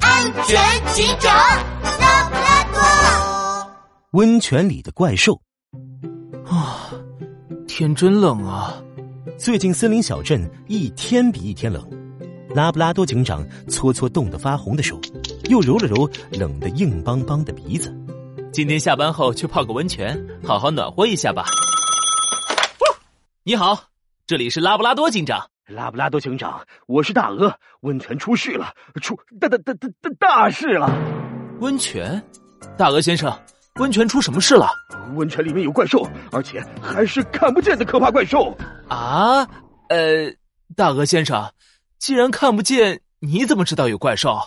温泉警长拉布拉多。温泉里的怪兽。啊，天真冷啊！最近森林小镇一天比一天冷，拉布拉多警长搓搓冻得发红的手，又揉了揉冷得硬邦邦的鼻子。今天下班后去泡个温泉，好好暖和一下吧。你好，这里是拉布拉多警长。拉布拉多警长，我是大鹅。温泉出事了，出大大大大大大事了！温泉，大鹅先生，温泉出什么事了？温泉里面有怪兽，而且还是看不见的可怕怪兽。啊，呃，大鹅先生，既然看不见，你怎么知道有怪兽？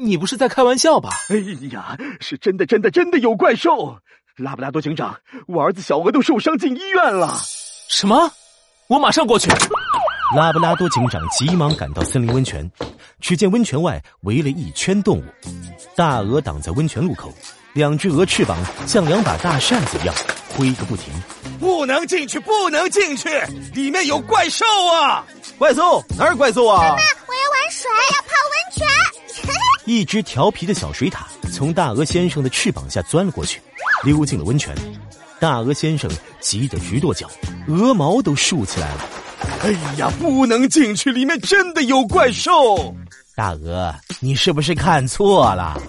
你不是在开玩笑吧？哎呀，是真的，真的，真的有怪兽！拉布拉多警长，我儿子小鹅都受伤进医院了。什么？我马上过去。拉布拉多警长急忙赶到森林温泉，只见温泉外围了一圈动物，大鹅挡在温泉路口，两只鹅翅膀像两把大扇子一样挥个不停。不能进去，不能进去，里面有怪兽啊！怪兽哪儿怪兽啊？我要玩水，要泡温泉。一只调皮的小水獭从大鹅先生的翅膀下钻了过去，溜进了温泉。大鹅先生急得直跺脚，鹅毛都竖起来了。哎呀，不能进去，里面真的有怪兽！大鹅，你是不是看错了？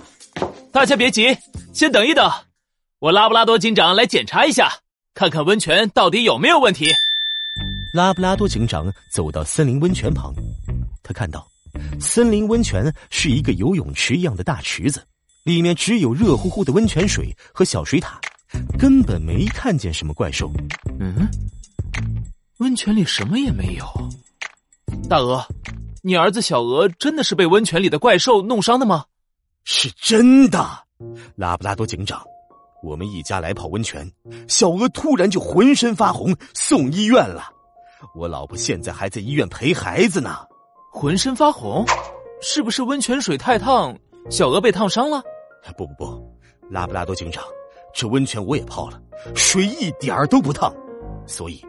大家别急，先等一等，我拉布拉多警长来检查一下，看看温泉到底有没有问题。拉布拉多警长走到森林温泉旁，他看到森林温泉是一个游泳池一样的大池子，里面只有热乎乎的温泉水和小水塔，根本没看见什么怪兽。嗯。温泉里什么也没有。大鹅，你儿子小鹅真的是被温泉里的怪兽弄伤的吗？是真的，拉布拉多警长，我们一家来泡温泉，小鹅突然就浑身发红，送医院了。我老婆现在还在医院陪孩子呢。浑身发红，是不是温泉水太烫，小鹅被烫伤了？不不不，拉布拉多警长，这温泉我也泡了，水一点儿都不烫，所以。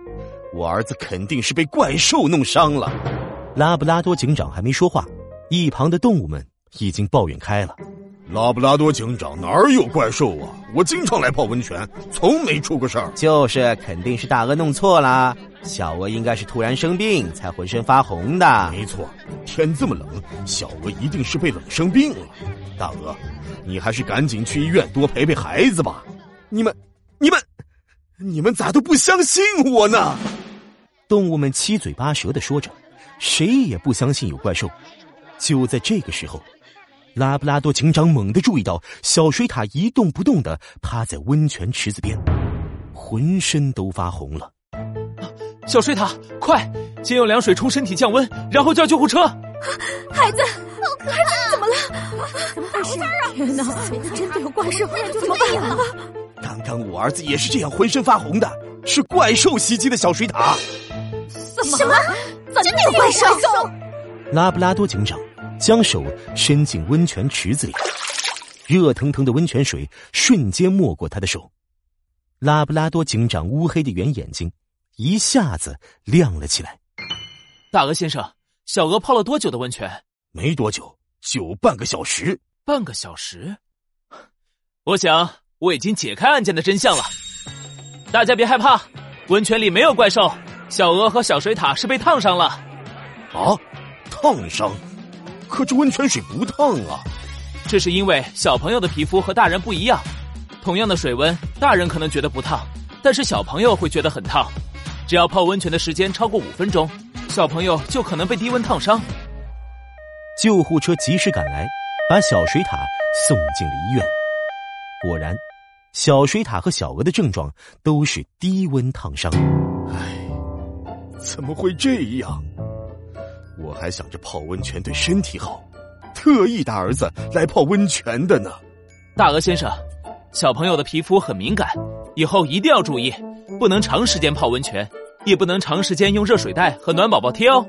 我儿子肯定是被怪兽弄伤了。拉布拉多警长还没说话，一旁的动物们已经抱怨开了。拉布拉多警长哪儿有怪兽啊？我经常来泡温泉，从没出过事儿。就是肯定是大鹅弄错啦，小鹅应该是突然生病才浑身发红的。没错，天这么冷，小鹅一定是被冷生病了。大鹅，你还是赶紧去医院多陪陪孩子吧。你们，你们，你们咋都不相信我呢？动物们七嘴八舌的说着，谁也不相信有怪兽。就在这个时候，拉布拉多警长猛地注意到小水獭一动不动的趴在温泉池子边，浑身都发红了。啊、小水獭，快，先用凉水冲身体降温，然后叫救护车。孩子，孩子怎么了？哎怎么回事？天哪，真的有怪兽！怎么办啊？刚刚我儿子也是这样浑身发红的，是怪兽袭击的小水獭。什么？真的有怪兽！拉布拉多警长将手伸进温泉池子里，热腾腾的温泉水瞬间没过他的手。拉布拉多警长乌黑的圆眼睛一下子亮了起来。大鹅先生，小鹅泡了多久的温泉？没多久，就半个小时。半个小时？我想我已经解开案件的真相了。大家别害怕，温泉里没有怪兽。小鹅和小水獭是被烫伤了，啊，烫伤？可这温泉水不烫啊！这是因为小朋友的皮肤和大人不一样，同样的水温，大人可能觉得不烫，但是小朋友会觉得很烫。只要泡温泉的时间超过五分钟，小朋友就可能被低温烫伤。救护车及时赶来，把小水獭送进了医院。果然，小水獭和小鹅的症状都是低温烫伤。唉。怎么会这样？我还想着泡温泉对身体好，特意带儿子来泡温泉的呢。大鹅先生，小朋友的皮肤很敏感，以后一定要注意，不能长时间泡温泉，也不能长时间用热水袋和暖宝宝贴哦。